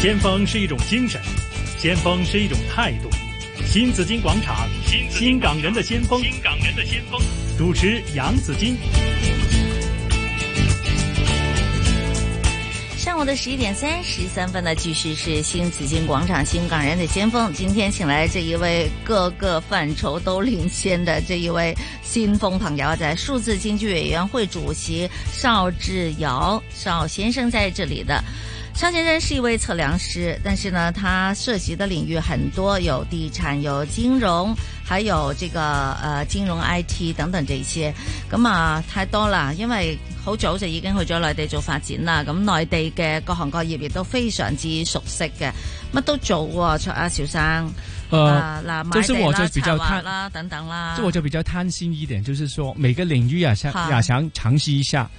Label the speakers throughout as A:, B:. A: 先锋是一种精神，先锋是一种态度。新紫金广场，新港人的先锋，
B: 新港人的先锋。
A: 主持杨紫金。
C: 上午的十一点三十三分呢，继续是新紫金广场新港人的先锋。今天请来这一位各个范畴都领先的这一位新风朋友，在数字经济委员会主席邵志尧邵先生在这里的。邵先生是一位测量师，但是呢，他涉及的领域很多，有地产、有金融，还有这个呃金融 IT 等等这些。咁啊，太多啦，因為好早就已經去咗內地做發展啦。咁內地嘅各行各業亦都非常之熟悉嘅，乜都做喎，卓啊，邵生。
D: 呃
C: 啊，嗱，買
D: 就是
C: 地
D: 我
C: 啦、
D: 就比較
C: 策劃
D: 貪
C: 啦，等等啦。
D: 这我就比较贪心一点，就是说每个领域啊，想
C: 好
D: 也想尝试一下。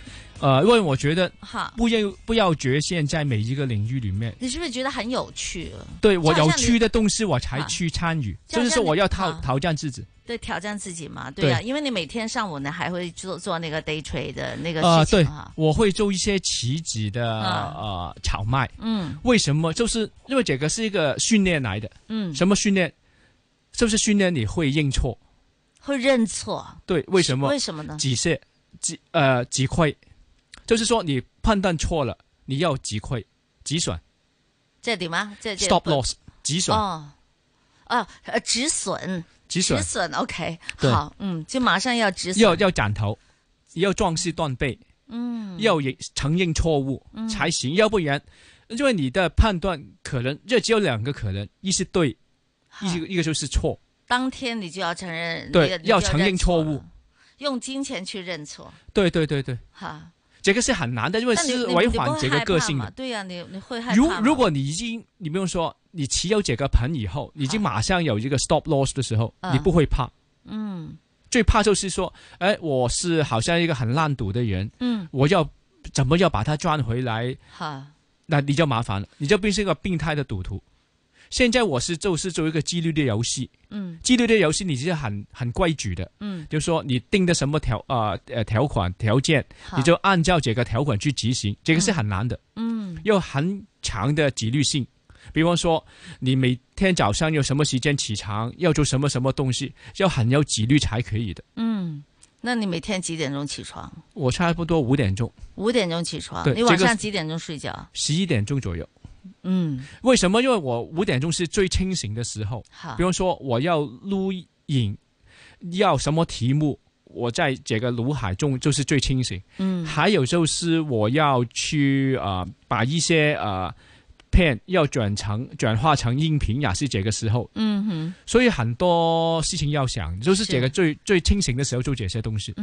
D: 呃，因为我觉得
C: 哈，
D: 不要不要局限在每一个领域里面，
C: 你是不是覺得很有趣？
D: 对我
C: 就好
D: 有
C: 像你
D: 趣的东西我才
C: 好
D: 去参与，
C: 就好
D: 就是
C: 像
D: 说我
C: 你
D: 要挑
C: 好
D: 挑战自己。
C: 对，挑戰自己嘛，对呀、因為你每天上午呢还会做做那个 day trade 的那个
D: 呃，
C: 事情
D: 对
C: 哈，
D: 我会做一些棋子的
C: 啊
D: 呃炒卖。
C: 嗯
D: 为什么？就是因为这个是一个训练来的。
C: 嗯，
D: 什么训练？就是训练你会认错。
C: 会认错。
D: 对，为什么
C: 为？什么呢？
D: 几些几呃几亏，就是说你判断错了，你要几亏止损
C: 即係點啊？即係即係
D: stop loss 止损
C: 哦，哦，呃止损，
D: 止损
C: 止，损，OK，
D: 对
C: 好，嗯，就马上要止损，
D: 要要斩头，要壮士断背，
C: 嗯，
D: 要认承认错误才行，要不然。因为你的判断可能，这只有两个可能，一是对，
C: 好
D: 一个一个就是错。
C: 当天你就要承认，
D: 对
C: 你你
D: 要承认错
C: 认
D: 误
C: 了，用金钱去认错，
D: 对对对对，
C: 哈，
D: 这个是很难的，因为
C: 但你
D: 是
C: 你
D: 违
C: 你不
D: 反
C: 会
D: 这个
C: 害
D: 个
C: 怕
D: 性
C: 嘛
D: 的。
C: 对呀，你你会害
D: 如
C: 怕
D: 如
C: 吗
D: 果你已经，你不用说，你持有这个盆以后，已经
C: 好
D: 马上有一个 stop loss 的时候，
C: 嗯
D: 你不会怕。
C: 嗯
D: 最怕就是说，哎，我是好像一个很烂赌的人，
C: 嗯
D: 我要怎么要把它赚回来？
C: 好
D: 那你就麻烦了，你就变成一个病态的赌徒。现在我是就是做一个纪律的游戏，
C: 嗯
D: 纪律的游戏你是很很规矩的，
C: 嗯
D: 就是说你定的什么条啊呃条款条件，
C: 好
D: 你就按照这个条款去执行，这个是很难的。
C: 嗯
D: 有很强的纪律性。比方说，你每天早上有什么时间起床，要做什么什么东西，要很有纪律才可以的。
C: 嗯，那你每天几点钟起床？
D: 我差不多五点钟、
C: 五点钟起床
D: 对，
C: 你晚
D: 这个
C: 上几点钟睡觉？
D: 十一点钟左右。
C: 嗯，
D: 为什么？因为我五点钟是最清醒的时候。
C: 好
D: 比，方说，我要录影，要什么题目，我在这个脑海中就是最清醒。
C: 嗯
D: 还有就是我要去啊、呃把一些啊、呃片要转成转化成音频，也是这个时候。
C: 嗯哼。
D: 所以很多事情要想，就是
C: 是嗯
D: 这个最最清醒的时候做这些东西。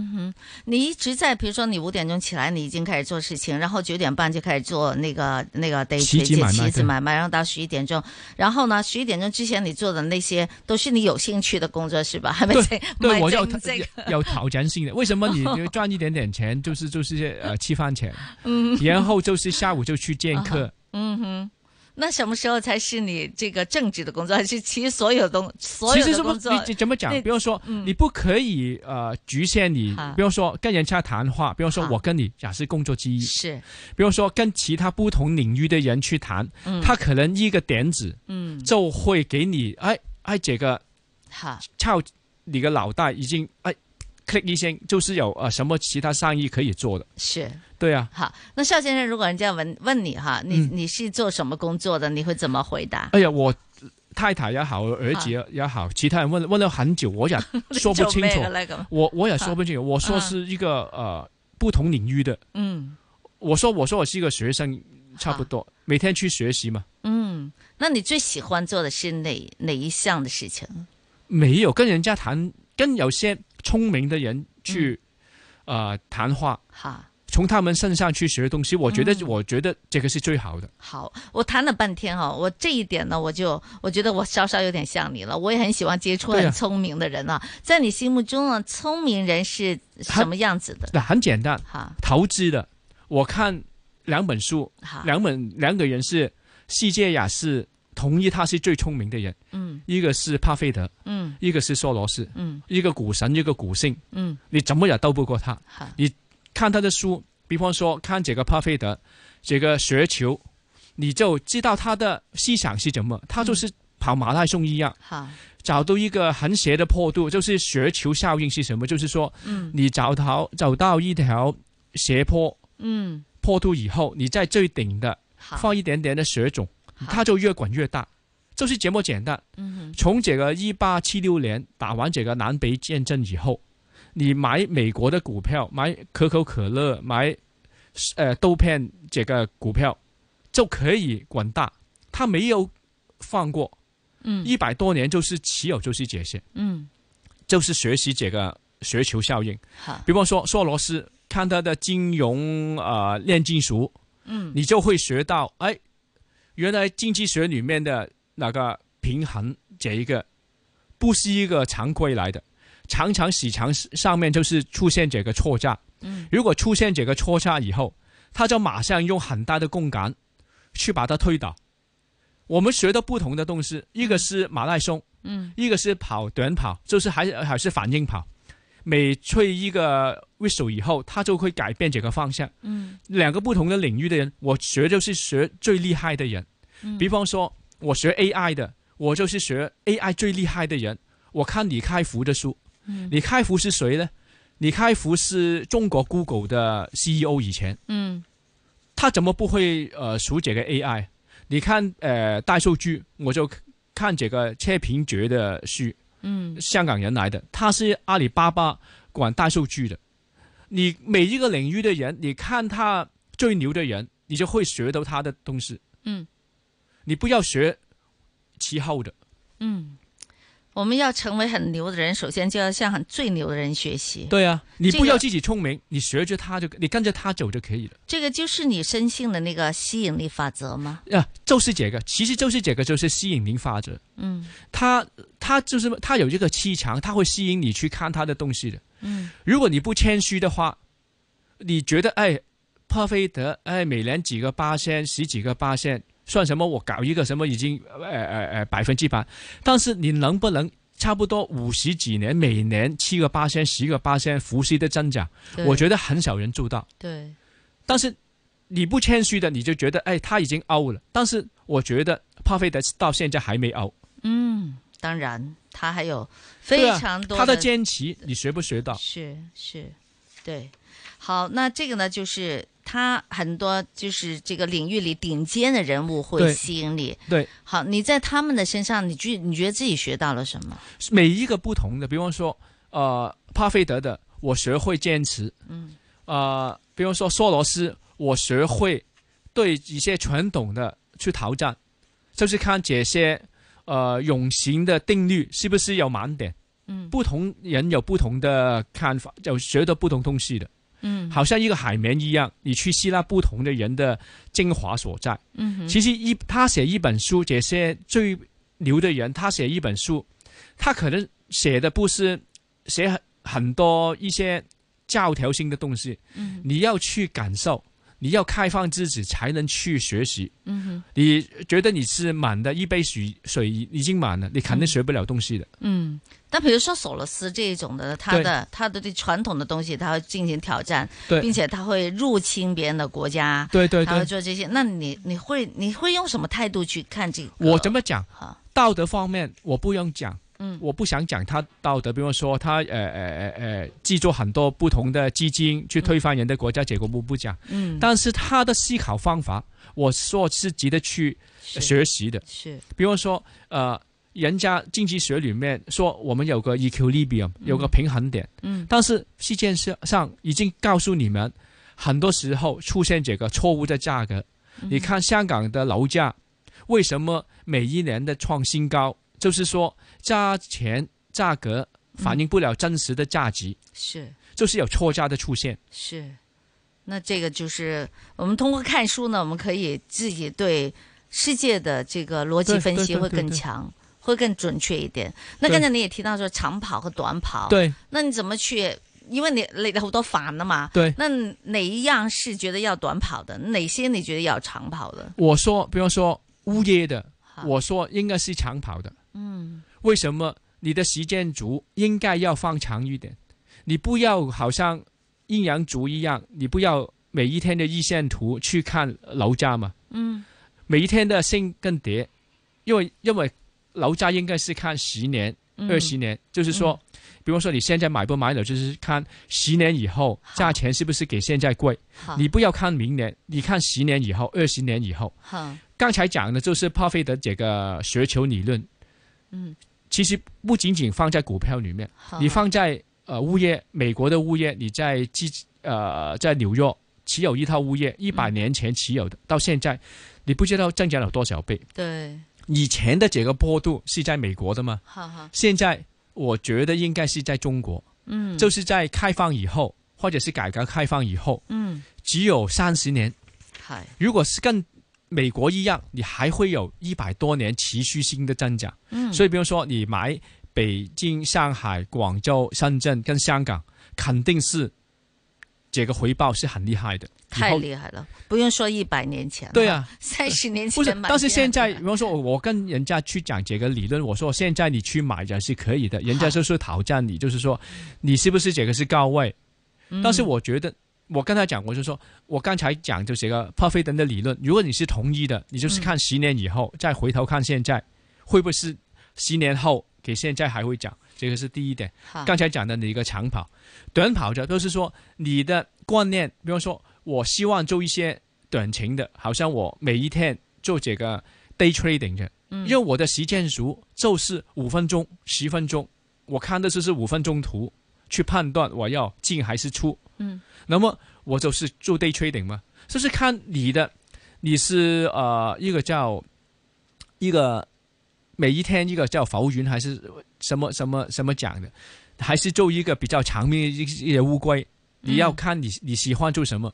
C: 你一直在，比如说你五点钟起来，你已经开始做事情，然后九点半就开始做那个那个得
D: 棋子买卖
C: 棋子
D: 对
C: 买卖，然后到十一点钟，然后呢，十一点钟之前你做的那些都是你有兴趣的工作是吧？还没这
D: 对，
C: 买
D: 我要
C: 这这个，
D: 要挑战性的。为什么 你你赚一点点钱，就是就是呃吃饭钱，然后就是下午就去见客。
C: 嗯哼。那什么时候才是你这个正职的工作，还是其实所有东所
D: 其
C: 有
D: 实
C: 的
D: 是不，
C: 工
D: 你
C: 作？
D: 你怎么讲
C: 那？
D: 比如说，
C: 嗯
D: 你不可以呃局限你
C: 好，
D: 比如说跟人家谈话，比如说
C: 好
D: 我跟你也是工作之一，
C: 是，
D: 比如说跟其他不同领域的人去谈，
C: 嗯，
D: 他可能一个点子
C: 嗯，
D: 就会给你，哎哎这个
C: 好，
D: 靠你个脑袋已经哎，click 一声，就是有呃什么其他生意可以做的。
C: 是
D: 对啊，
C: 好。那邵先生，如果人家问问你哈，你、
D: 嗯
C: 你是做什么工作的，你会怎么回答？
D: 哎呀，我太太也好，儿子也也好，其他人问问了很久，我也哎说不
C: 你做
D: 清
C: 咩
D: 楚
C: 嘅，咧咁，
D: 我我也说不清楚。我说是一个呃不同领域的，
C: 嗯。
D: 我说我说我是一个学生，差不多每天去学习嘛。
C: 嗯，那你最喜欢做的是哪哪一项的事情？
D: 没有跟人家谈，跟有些聪明的人去、呃谈话，
C: 哈，
D: 从他们身上去学东西。我觉得、
C: 嗯
D: 我觉得这个是最好的。
C: 好，我谈了半天哦，我这一点呢，我就我觉得我稍稍有点像你了，我也很喜欢接触
D: 对
C: 很
D: 呀
C: 聪明的人啊。在你心目中啊，聪明人是什么样子的？
D: 那很简单。
C: 哈
D: 投资的，我看两本书，
C: 哈，
D: 两本两个人是世界也是同意他是最聪明的人，
C: 嗯
D: 一个是巴菲特，
C: 嗯
D: 一个是索罗斯，
C: 嗯
D: 一个股神，一个股星，
C: 嗯，
D: 你怎么也斗不过他。
C: 好，
D: 看他的书，比方说看这个巴菲特，这个雪球，你就知道他的思想是怎么，他就是跑马拉松一样，
C: 好，
D: 找到一个很斜的坡度，就是雪球效应是什么？就是说，
C: 嗯
D: 你找到找到一条斜坡
C: 嗯，
D: 坡度以后，你在最顶的
C: 好，
D: 放一点点的雪种，
C: 好
D: 它就越滚越大，就是这么简单。
C: 嗯
D: 从这个一八七六年打完这个南北战争以后，你买美国的股票，买可口可乐，买呃豆片这个股票，就可以滚大，它没有放过
C: 嗯
D: 一百多年，就是持有就是这些，
C: 嗯，
D: 就是学习这个雪球效应。
C: 好，
D: 比方说，索罗斯看他的金融呃炼金术，
C: 嗯
D: 你就会学到，哎，原来经济学里面的那个平衡这一个，不是一个常规来的，常常市场上面就是出现这个错价。
C: 嗯
D: 如果出现这个错价以后，他就马上用很大的杠杆去把它推倒。我们学的不同的东西，一个是马拉松，
C: 嗯
D: 一个是跑短跑，就是还还是反应跑。每吹一个 whistle 以后，他就会改变这个方向。
C: 嗯
D: 两个不同的领域的人，我学就是学最厉害的人。
C: 嗯
D: 比方说，我学 AI 的，我就是学 AI 最厉害的人。我看李开复的书，
C: 嗯
D: 李开复是谁呢？李开复是中国 Google 的 CEO，以前
C: 嗯
D: 他怎么不会呃数这个 AI？你看呃大数据，我就看这个车平觉的书，
C: 嗯
D: 香港人来的，他是阿里巴巴管大数据的。你每一个领域的人，你看他最牛的人，你就会学到他的东西。
C: 嗯，
D: 你不要学其后的。
C: 嗯，我们要成为很牛的人，首先就要向很最牛的人学习。
D: 对啊，你
C: 这
D: 不
C: 个
D: 要自己聪明，你学着他就，你跟着他走就可以了。
C: 这个就是你生性的那个吸引力法则吗？
D: 啊，就是这个，其实就是这个，就是吸引力法则。
C: 嗯
D: 他他就是他有这个气场，他会吸引你去看他的东西的。
C: 嗯
D: 如果你不谦虚的话，你觉得哎，巴菲特哎，每年几个八仙，十几个八仙，算什么？我搞一个什么已经呃呃呃百分之百，但是你能不能差不多五十几年，每年七个八仙、十个八仙浮息的增长？
C: 对
D: 我觉得很少人做到。
C: 对，
D: 但是你不谦虚的，你就觉得哎，他已经 out 了。但是我觉得巴菲特到现在还没 out，
C: 嗯，当然，他还有
D: 对
C: 非
D: 啊
C: 常多
D: 他的坚持你学不学到？
C: 是是，对。好，那这个呢，就是他很多就是这个领域里顶尖的人物会
D: 对
C: 吸引你。
D: 对，
C: 好，你在他们的身上，你觉你觉得自己学到了什么？
D: 每一个不同的，比方说，呃，巴菲特的，我学会坚持，
C: 嗯，
D: 呃，比方说索罗斯，我学会对一些传统的去挑战，就是看这些呃永行的定律是不是有盲点，
C: 嗯
D: 不同人有不同的看法，有学到不同东西的，
C: 嗯
D: 好像一个海绵一样，你去吸纳不同的人的精华所在。
C: 嗯哼
D: 其实一他写一本书，这些最牛的人，他写一本书，他可能写的不是写很很多一些教条性的东西，
C: 嗯
D: 你要去感受，你要开放自己才能去学习。
C: 嗯哼
D: 你觉得你是满的，一杯水水已经满了，你肯定学不了东西的。
C: 嗯。但比如说索罗斯这一种的，他的他的对传统的东西，他会进行挑战，
D: 对
C: 并且他会入侵别人的国家，
D: 对对
C: 他会，做这些。那你你会你会用什么态度去看这个？
D: 我怎么讲？
C: 好？
D: 道德方面我不用讲，
C: 嗯
D: 我不想讲他道德，比方说他呃呃呃呃制作很多不同的基金去推翻人的国家，结果我不讲。
C: 嗯，
D: 但是他的思考方法，我说是值得去
C: 是
D: 学习的。
C: 是
D: 比方说，呃，人家经济学里面说我们有个 equilibrium，有个平衡点，
C: 嗯
D: 但是世界上上已经告诉你们，很多时候出现这个错误的价格。
C: 嗯
D: 你看香港的楼价，为什么每一年的创新高？就是说价钱价格反映不了真实的价值，
C: 嗯是。
D: 就是有错价的出现。
C: 是，那这个就是我们通过看书呢，我们可以自己对世界的这个逻辑
D: 对
C: 分
D: 对
C: 析
D: 对
C: 会
D: 对
C: 更
D: 对
C: 强，会更准确一点。那
D: 对
C: 刚才你也提到说长跑和短跑，，
D: 对
C: 那你怎么去？因为你你好多反的嘛，
D: 对。
C: 那哪一样是觉得要短跑的？哪些你觉得要长跑的？
D: 我说，比方说物业的，
C: 好
D: 我说应该是长跑的。
C: 嗯
D: 为什么你的时间足应该要放长一点？你不要好像阴阳足一样，你不要每一天的日线图去看楼价嘛？
C: 嗯
D: 每一天的升跟跌，因为因为楼价应该是看十年、
C: 嗯
D: 二十、年，就是说，比方说你现在买不买了，就是看十年以后
C: 好
D: 价钱是不是给现在贵。
C: 好，
D: 你不要看明年，你看十年以后、二十年以后。
C: 好，
D: 刚才讲的就是巴菲特这个雪球理论，
C: 嗯，啊
D: 其实不仅仅放在股票里面，
C: 好，
D: 你放在呃物业，美国的物业，你在基呃在纽约持有一套物业，一
C: 嗯
D: 百年前持有的，到现在你不知道增长了多少倍。
C: 对，
D: 以前的这个坡度是在美国的嘛，
C: 好好，
D: 现在我觉得应该是在中国，
C: 嗯，
D: 就是在开放以后，或者是改革开放以后，
C: 嗯，
D: 只有三十年。
C: 系，
D: 如果是跟美国一样，你还会有一百多年持续性的增长。
C: 嗯，
D: 所以，比如说你买北京、上海、广州、深圳跟香港，肯定是这个回报是很厉害的。以
C: 太
D: 后
C: 厉害了，不用说一百年前，
D: 对，啊，
C: 三十年
D: 不是
C: 前，买，
D: 但是现在，比方说，我我跟人家去讲这个理论，我说现在你去买也是可以的，人家就是挑战你，就是说你是不是这个是高位？
C: 嗯
D: 但是我觉得，我跟他讲，我就说，我刚才讲就这个巴菲特的理论，如果你是同意的，你就是看十年以后，再回头看现在，会不会是十年后给现在还会涨？这个是第一点。
C: 好
D: 刚才讲的你一个长跑、短跑的，都是说你的观念，比方说，我希望做一些短程的，好像我每一天做这个 day trading 的，因为我的时间数就是五分钟、十分钟，我看的就是五分钟图去判断我要进还是出。
C: 嗯，
D: 那么我就是做 day trading 嘛，就是看你的，你是呃一个叫一个每一天一个叫浮云还是什么什么什么讲的，还是做一个比较长命的一一些乌龟。
C: 嗯
D: 你要看你你喜欢做什么，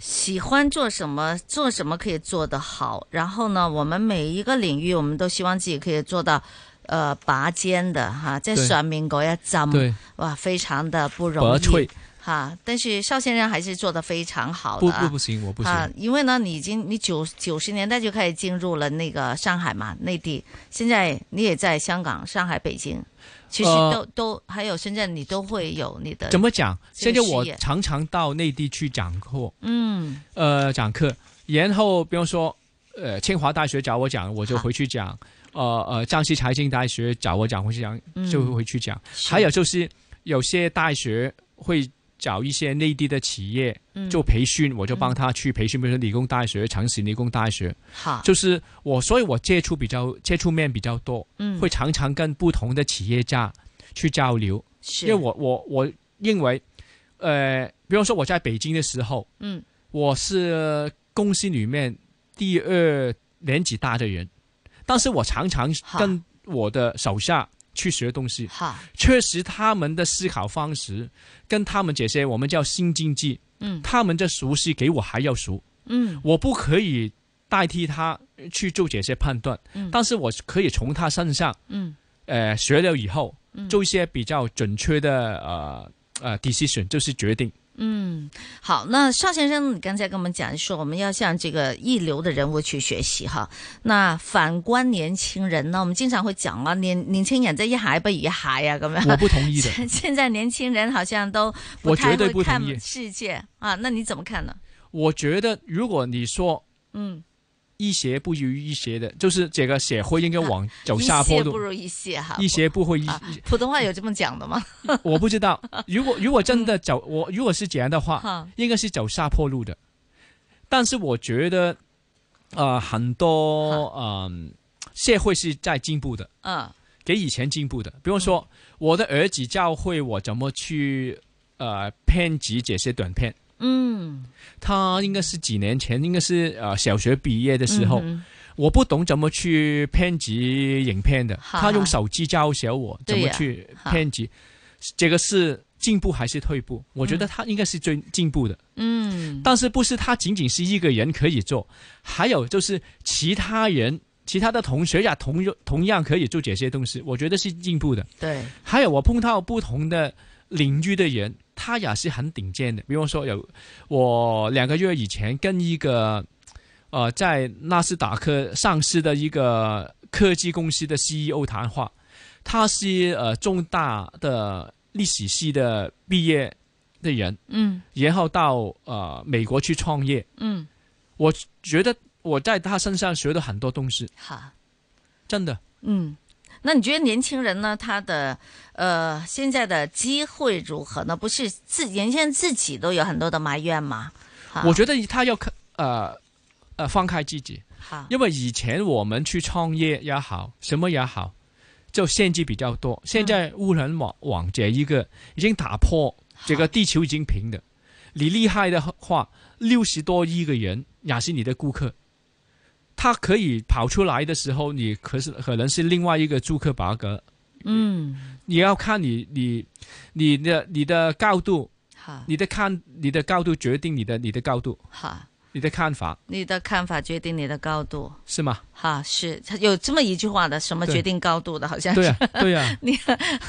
C: 喜欢做什么，做什么可以做得好。然后呢，我们每一个领域，我们都希望自己可以做到，呃，拔尖的哈，在
D: 对
C: 上面嗰一浸，，哇，非常的不嗯容
D: 不
C: 易
D: 脆，
C: 哈。但是邵先生还是做得非常好
D: 不
C: 的啊。
D: 不不行，我不行。
C: 啊，因为呢，你已经你九九十年代就开始进入了那个上海嘛，内地，现在你也在香港、上海、北京，其实
D: 呃
C: 都、都还有深圳，你都会有你的
D: 怎么讲？
C: 这
D: 现
C: 个
D: 在
C: 事
D: 我
C: 业
D: 常常到内地去讲课，
C: 嗯
D: 呃，讲课，然后比方说，呃，清华大学找我讲，我就
C: 好
D: 回去讲；呃呃，江西财经大学找我讲，回去讲
C: 嗯
D: 就回去讲。
C: 是
D: 还有就是有些大学会找一些内地的企业
C: 嗯
D: 做培训，我就帮他去培训，比如说理工大学、城市理工大学，
C: 好
D: 就是我，所以我接触比较接触面比较多，
C: 嗯
D: 会常常跟不同的企业家去交流，
C: 是
D: 因为我我我认为，呃，比方说我在北京的时候，
C: 嗯
D: 我是公司里面第二年纪大的人，但是我常常
C: 好
D: 跟我的手下去学东西，
C: 好
D: 确实他们的思考方式跟他们这些我们叫新经济，
C: 嗯
D: 他们的熟悉给我还要熟，
C: 嗯
D: 我不可以代替他去做这些判断，
C: 嗯
D: 但是我可以从他身上，
C: 嗯
D: 呃，学了以后
C: 嗯
D: 做一些比较准确的呃呃 decision，就是 决定。
C: 嗯好。那邵先生，你刚才跟我们讲说，我们要向这个一流的人物去学习哈。那反观年轻人呢，我们经常会讲啊，年年轻人即一孩不如一孩啊，咁样。
D: 我不同意的。
C: 现在年轻人好像都
D: 我
C: 太
D: 绝对
C: 会
D: 不同
C: 看
D: 意
C: 世界啊，那你怎么看呢？
D: 我觉得如果你说
C: 嗯，
D: 一邪不如一邪的，就是这个社会应该往走下
C: 一
D: 坡
C: 蟹不
D: 路，
C: 如一蟹哈。
D: 一邪不会一，
C: 啊，普通话有这么讲的吗？
D: 我不知道。如果如果真
C: 嗯
D: 的走，我如果是这样的话，
C: 哈，
D: 应该是走下坡路的。但是我觉得，呃，很多嗯、社会是在进步的，
C: 嗯，
D: 给以前进步的。比如说，我的儿子教会我怎么去呃编辑这些短片。
C: 嗯，
D: 他应该是几年前，应该是呃小学毕业的时候，
C: 嗯
D: 我不懂怎么去编辑影片的，
C: 哈
D: 他用手机教小我怎
C: 对
D: 么
C: 呀
D: 去
C: 哈
D: 编辑，这个是进步还是退步？我觉得他应该是最进步的，
C: 嗯，
D: 但是不是他仅仅是一个人可以做，还有就是其他人。其他的同学呀，同同样可以做这些东西，我觉得是进步的。
C: 对，
D: 还有我碰到不同的领域的人，他也是很顶尖的。比方说有我两个月以前跟一个呃在纳斯达克上市的一个科技公司的 CEO 谈话，他是呃中大的历史系的毕业的人，
C: 嗯
D: 然后到呃美国去创业。
C: 嗯
D: 我觉得我在他身上学了很多东西，
C: 好，
D: 真的。
C: 嗯，那你觉得年轻人呢，他的呃现在的机会如何呢？不是自年轻人自己都有很多的埋怨吗？好
D: 我觉得他要看呃呃放开自己，
C: 好，
D: 因为以前我们去创业也好，什么也好，就限制比较多。现在互联网网这一个已经打破这个地球已经平的，你厉害的话，六十多亿个人也是你的顾客，他可以跑出来的时候，你可是可能是另外一个朱克伯格。
C: 嗯，
D: 你要看你你你的你的高度，
C: 好，
D: 你的看你的高度决定你的你的高度，
C: 好，
D: 你的看法
C: 你的看法决定你的高度。
D: 是 吗？
C: 哈，是有这么一句话的，什么
D: 对
C: 决定高度的，好像
D: 对
C: 是
D: 啊，对啊。
C: 你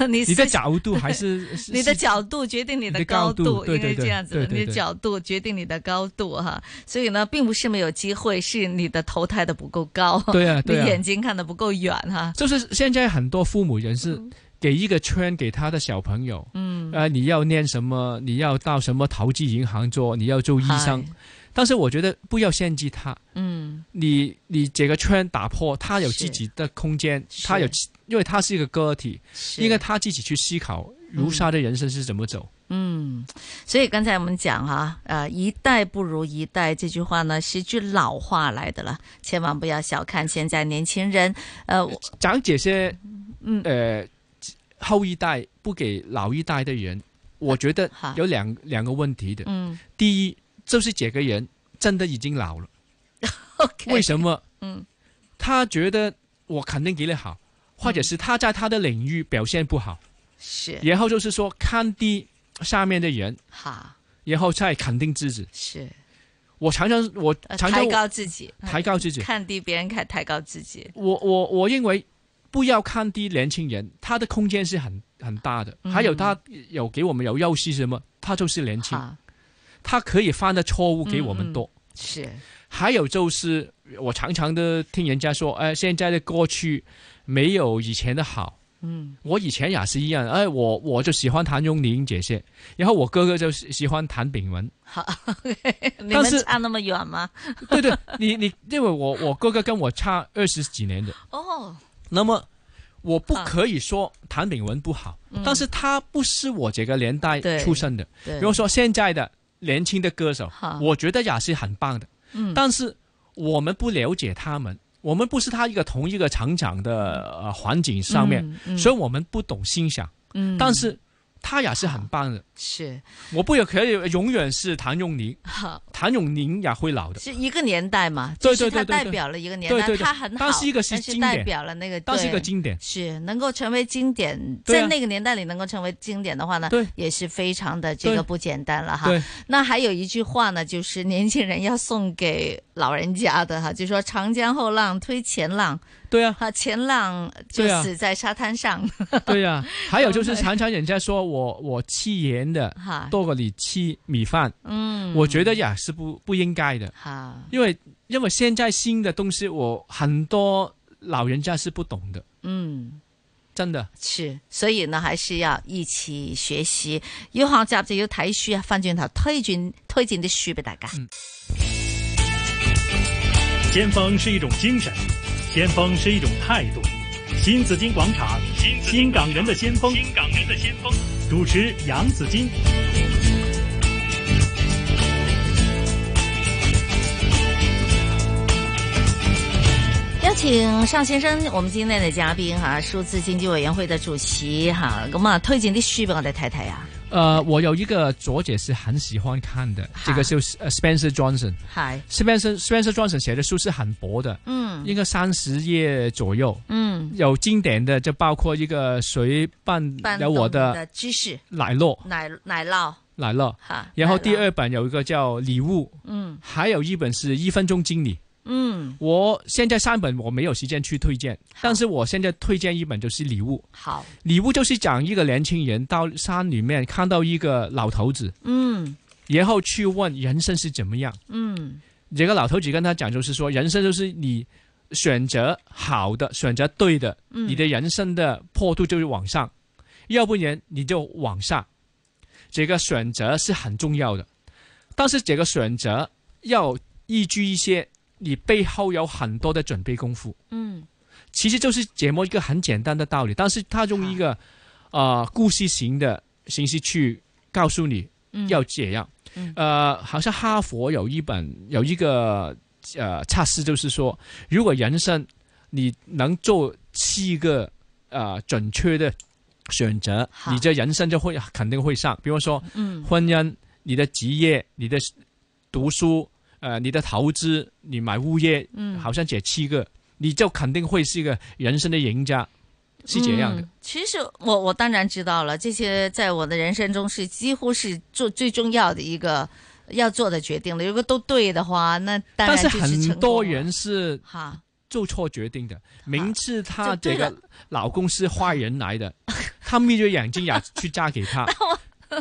D: 你的
C: 思
D: 角度还是 是
C: 你的
D: 是
C: 角度决定你
D: 你的
C: 高
D: 高度对
C: 应该
D: 对
C: 这
D: 对
C: 样子
D: 对
C: 的，
D: 对
C: 你的
D: 对
C: 角度决定你的高度哈。所以呢，并不是没有机会，是你的头抬得不够高，
D: 对啊
C: 你
D: 对啊
C: 眼，睛看得不够远哈。
D: 就是现在很多父母人是给一个圈给他的小朋友，
C: 嗯，
D: 呃，你要念什么，你要到什么投资银行做，你要做医生
C: 嗨，，
D: 但是我觉得不要限制他，
C: 哎嗯，
D: 你你这个圈打破，他有
C: 是
D: 自己的空间，他
C: 是
D: 有自，因为他是一个个体，
C: 是
D: 应该他自己去思考如沙的人生是怎么走。
C: 嗯，所以刚才我们讲哈、呃，一代不如一代这句话呢，是一句老话来的了，千万不要小看现在年轻人。呃，我
D: 讲这些，
C: 嗯
D: 呃，后一代不给老一代的人，我觉 得
C: 好
D: 有两两个问题的。
C: 嗯
D: 第一，就是这个人真的已经老了，
C: ，OK，
D: 为什么？
C: 嗯，
D: 他觉得我肯定给你好，或
C: 嗯
D: 者是他在他的领域表现不好，
C: 是
D: 然后就是说看低下面的人，
C: 好
D: 然后再肯定自己。
C: 是、
D: 我常常我
C: 呃
D: 常
C: 抬
D: 常
C: 高自己，嗯
D: 抬高自己，
C: 看低别人，看抬高自己。
D: 我我我认为不要看低年轻人，他的空间是很很大的，还有他有给我们有优势什么，他就是年轻，
C: 好
D: 他可以犯的错误给我们多。
C: 是
D: 还有就是，我常常的听人家说，哎，现在的歌曲没有以前的好。
C: 嗯，
D: 我以前也是一样，哎，我我就喜欢谭咏麟这些，然后我哥哥就喜欢谭炳文。
C: 好，你
D: 但
C: 们
D: 是
C: 差那么远吗？
D: 对 对，你你，因为我我哥哥跟我差二十几年的，
C: 哦，
D: 那么我不
C: 啊
D: 可以说谭炳文不好，但是他不是我这个年代
C: 嗯对
D: 出生的。
C: 对
D: 比，如说现在的年轻的歌手
C: 好，
D: 我觉得也是很棒的。
C: 嗯
D: 但是我们不了解他们，我们不是他一个同一个成长的、呃、环境上面，
C: 嗯嗯
D: 所以我们不懂欣赏。
C: 嗯
D: 但是他也是很棒的，
C: 是
D: 我不也可以永远是谭咏麟，
C: 好
D: 谭咏麟也会老的。
C: 是一个年代嘛，
D: 对
C: 就是
D: 对对
C: 它
D: 对
C: 代
D: 对
C: 表了一个年
D: 对
C: 代，
D: 对对
C: 它很好，
D: 但是一个是
C: 但
D: 经典
C: 代表了那个，
D: 但是一
C: 对
D: 个经典，
C: 是能够成为经典，
D: 对啊
C: 在那个年代里能够成为经典的话呢
D: 对，
C: 也是非常的这
D: 对
C: 个不简单了哈。
D: 对
C: 那还有一句话呢，就是年轻人要送给老人家的哈，就说长江后浪推前浪，
D: 对啊，
C: 哈，前浪就
D: 对啊
C: 死在沙滩上，
D: 对 啊。还有就是常常人家说我我吃盐的
C: 哈，
D: 多过你吃米饭，
C: 嗯，
D: 我觉得也是不不应该的。
C: 哈，
D: 因为因为现在新的东西，我很多老人家是不懂的，
C: 嗯。
D: 真的。
C: 是，所以呢，还是要一起學習。要學習就要睇書啊！翻轉頭推薦推薦啲書俾大家。
A: 先锋是一种精神，先锋是一种态度。新紫金广场，新新港人的先锋，新港人的先锋。主持杨紫金。
C: 邀請邵先生，我們今天嘅嘉賓哈，數字經濟委員會嘅主席哈，咁啊推薦啲書俾我哋睇睇啊。
D: 呃，我有一个作者是很喜欢看的，这个就是呃 Spencer Johnson。
C: 係，
D: Spencer Spencer Johnson 写的书是很薄的，
C: 嗯
D: 应该三十页左右。
C: 嗯，
D: 有经典的就包括一个谁伴
C: 搬
D: 了我
C: 動
D: 的
C: 知識
D: 奶酪
C: 奶奶酪
D: 奶酪，
C: 哈。
D: 然后
C: 奶酪
D: 第，二本有一个叫礼物，
C: 嗯
D: 还有一本是一分钟经理。
C: 嗯，
D: 我现在三本我没有时间去推荐，但是我现在推荐一本就是礼物。
C: 好，
D: 礼物就是讲一个年轻人到山里面看到一个老头子，
C: 嗯
D: 然后去问人生是怎么样。
C: 嗯
D: 这个老头子跟他讲，就是说人生就是你选择好的，选择对的，
C: 嗯，
D: 你的人生的坡度就是往上，要不然你就往下。这个选择是很重要的，但是这个选择要依据一些你背后有很多的准备功夫。
C: 嗯
D: 其实就是解么一个很简单的道理，但是他用一个啊、呃故事型的形式去告诉你
C: 嗯，
D: 要这样。
C: 嗯
D: 呃，好像哈佛有一本有一个呃测试，就是说，如果人生你能做七个呃准确的选择，
C: 好
D: 你这人生就会肯定会上。比如说
C: 嗯
D: 婚姻、你的职业、你的读书、呃你的投资、你买物业，
C: 嗯，
D: 好像这七个，你就肯定会是一个人生的赢家，是这样的。
C: 嗯其实我我当然知道了，这些在我的人生中是几乎是做最重要的一个要做的决定了。如果都对的话，那当然
D: 但是
C: 就是成
D: 很
C: 功啊
D: 多
C: 了
D: 人是
C: 哈，
D: 做错决定的，明知她
C: 就
D: 这
C: 对了
D: 个老公是坏人来 的，她眯着眼睛也去嫁给他。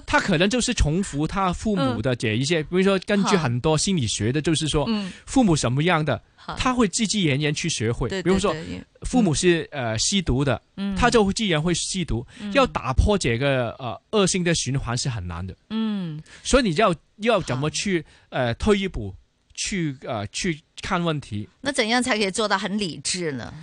D: 她可能就是重复她父母的这一些，比如说根据
C: 好
D: 很多心理学的，就是说
C: 嗯，
D: 父母什么样的，
C: 好，
D: 她会自自然然去学会。
C: 对，
D: 比如
C: 对
D: 说
C: 对
D: 父母是呃吸毒的，
C: 嗯，
D: 她就会自然会吸毒。
C: 嗯
D: 要打破这个呃恶性的循环是很难的。
C: 嗯
D: 所以你要要怎
C: 好
D: 么去呃退一步，去呃去看问题，
C: 那怎样才可以做到很理智呢？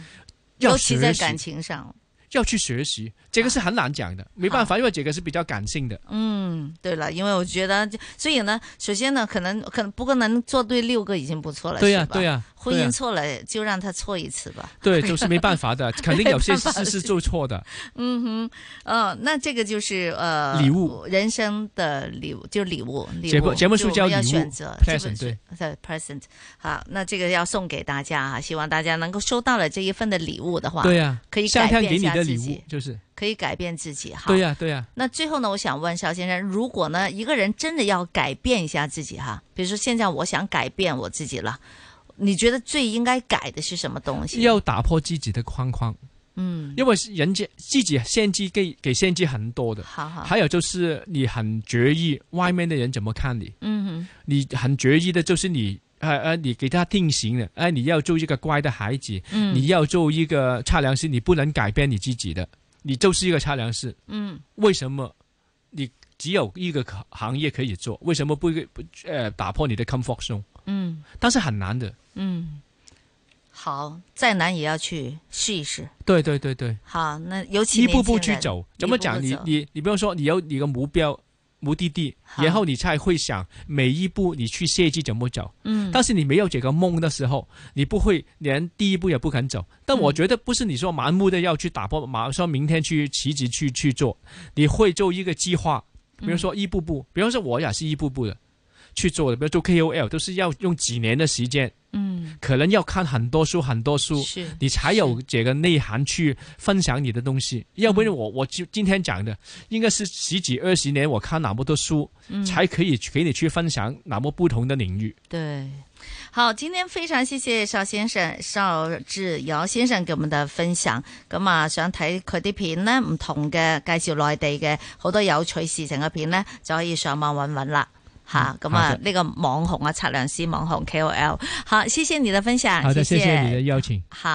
D: 要
C: 尤其在
D: 学习，
C: 感情上，
D: 要去学习，这个是很难讲的，没办法，因为这个是比较感性的。
C: 嗯，对了，因为我觉得，所以呢，首先呢，可能可能不过能做对六个已经不错了，
D: 对呀、
C: 是吧
D: 对呀、
C: 婚
D: 对
C: 姻
D: 呀
C: 错了就让他错一次吧。
D: 对，就是没办法 的，肯定有些
C: 没办法
D: 事是做错的。
C: 嗯哼，嗯，那这个就是呃，
D: 礼物，
C: 人生的礼物，就是礼物。礼物
D: 节目节目书
C: 就我
D: 叫
C: 们要
D: 礼物
C: 选择
D: present，
C: 这本书
D: 对
C: 对 present。好，那这个要送给大家哈，希望大家能够收到了这一份的礼物的话，
D: 对呀、
C: 可以
D: 夏
C: 改
D: 天
C: 变
D: 给
C: 一
D: 你
C: 下
D: 的
C: 自
D: 礼
C: 己，
D: 物就是，
C: 可以改变自己哈。
D: 对呀、对呀、
C: 那最后呢，我想问邵先生，如果呢一个人真的要改变一下自己哈，比如说现在我想改变我自己了，你觉得最应该改的是什么东西？
D: 要打破自己的框框，
C: 嗯，
D: 因为人家自己限制给给限制很多的。
C: 好好，
D: 还有就是你很决意外面的人怎么看你，
C: 嗯
D: 你很决意的就是你，呃呃，你给他定型了，哎、你要做一个乖的孩子，
C: 哼嗯，
D: 你要做一个测量师，你不能改变你自己的，你就是一个测量师。
C: 嗯
D: 为什么你只有一个行行业可以做？为什么不不呃打破你的 comfort zone？
C: 嗯
D: 但是很难的。
C: 嗯，好，再难也要去试一试。
D: 对对对对，
C: 好，那尤其
D: 一步步
C: 年轻
D: 去
C: 人
D: 走。怎么讲？
C: 一步步
D: 你
C: 走
D: 你你比如说，你有你的目标目的地，
C: 好
D: 然后你才会想每一步你去设计怎么走。
C: 嗯，
D: 但是你没有这个梦的时候，你不会连第一步也不肯走。但我
C: 嗯
D: 觉得不是你说盲目的要去打破，马上明天去辞职去去做，你会做一个计划，
C: 嗯
D: 比如说一步步，比如说我也是一步步的去做的，比如做 KOL 都是要用几年的时间，
C: 嗯
D: 可能要看很多书很多书。
C: 是
D: 你才有这个内涵去分享你的东西，要不然
C: 嗯
D: 我我今今天讲的应该是十几二十年我看那么多书，
C: 嗯
D: 才可以给你去分享那么不同的领域。
C: 对，好，今天非常谢谢邵先生、邵志尧先生嘅我們嘅分享。咁啊，想睇佢啲片呢，唔同嘅介紹內地嘅好多有趣事情嘅片呢，就可以上網揾揾啦。吓，咁啊，
D: 嗯好
C: 呢、個網紅啊，測量師、網紅 KOL。好，謝謝你的分享，
D: 好的，
C: 謝
D: 谢谢你的邀请。
C: 好。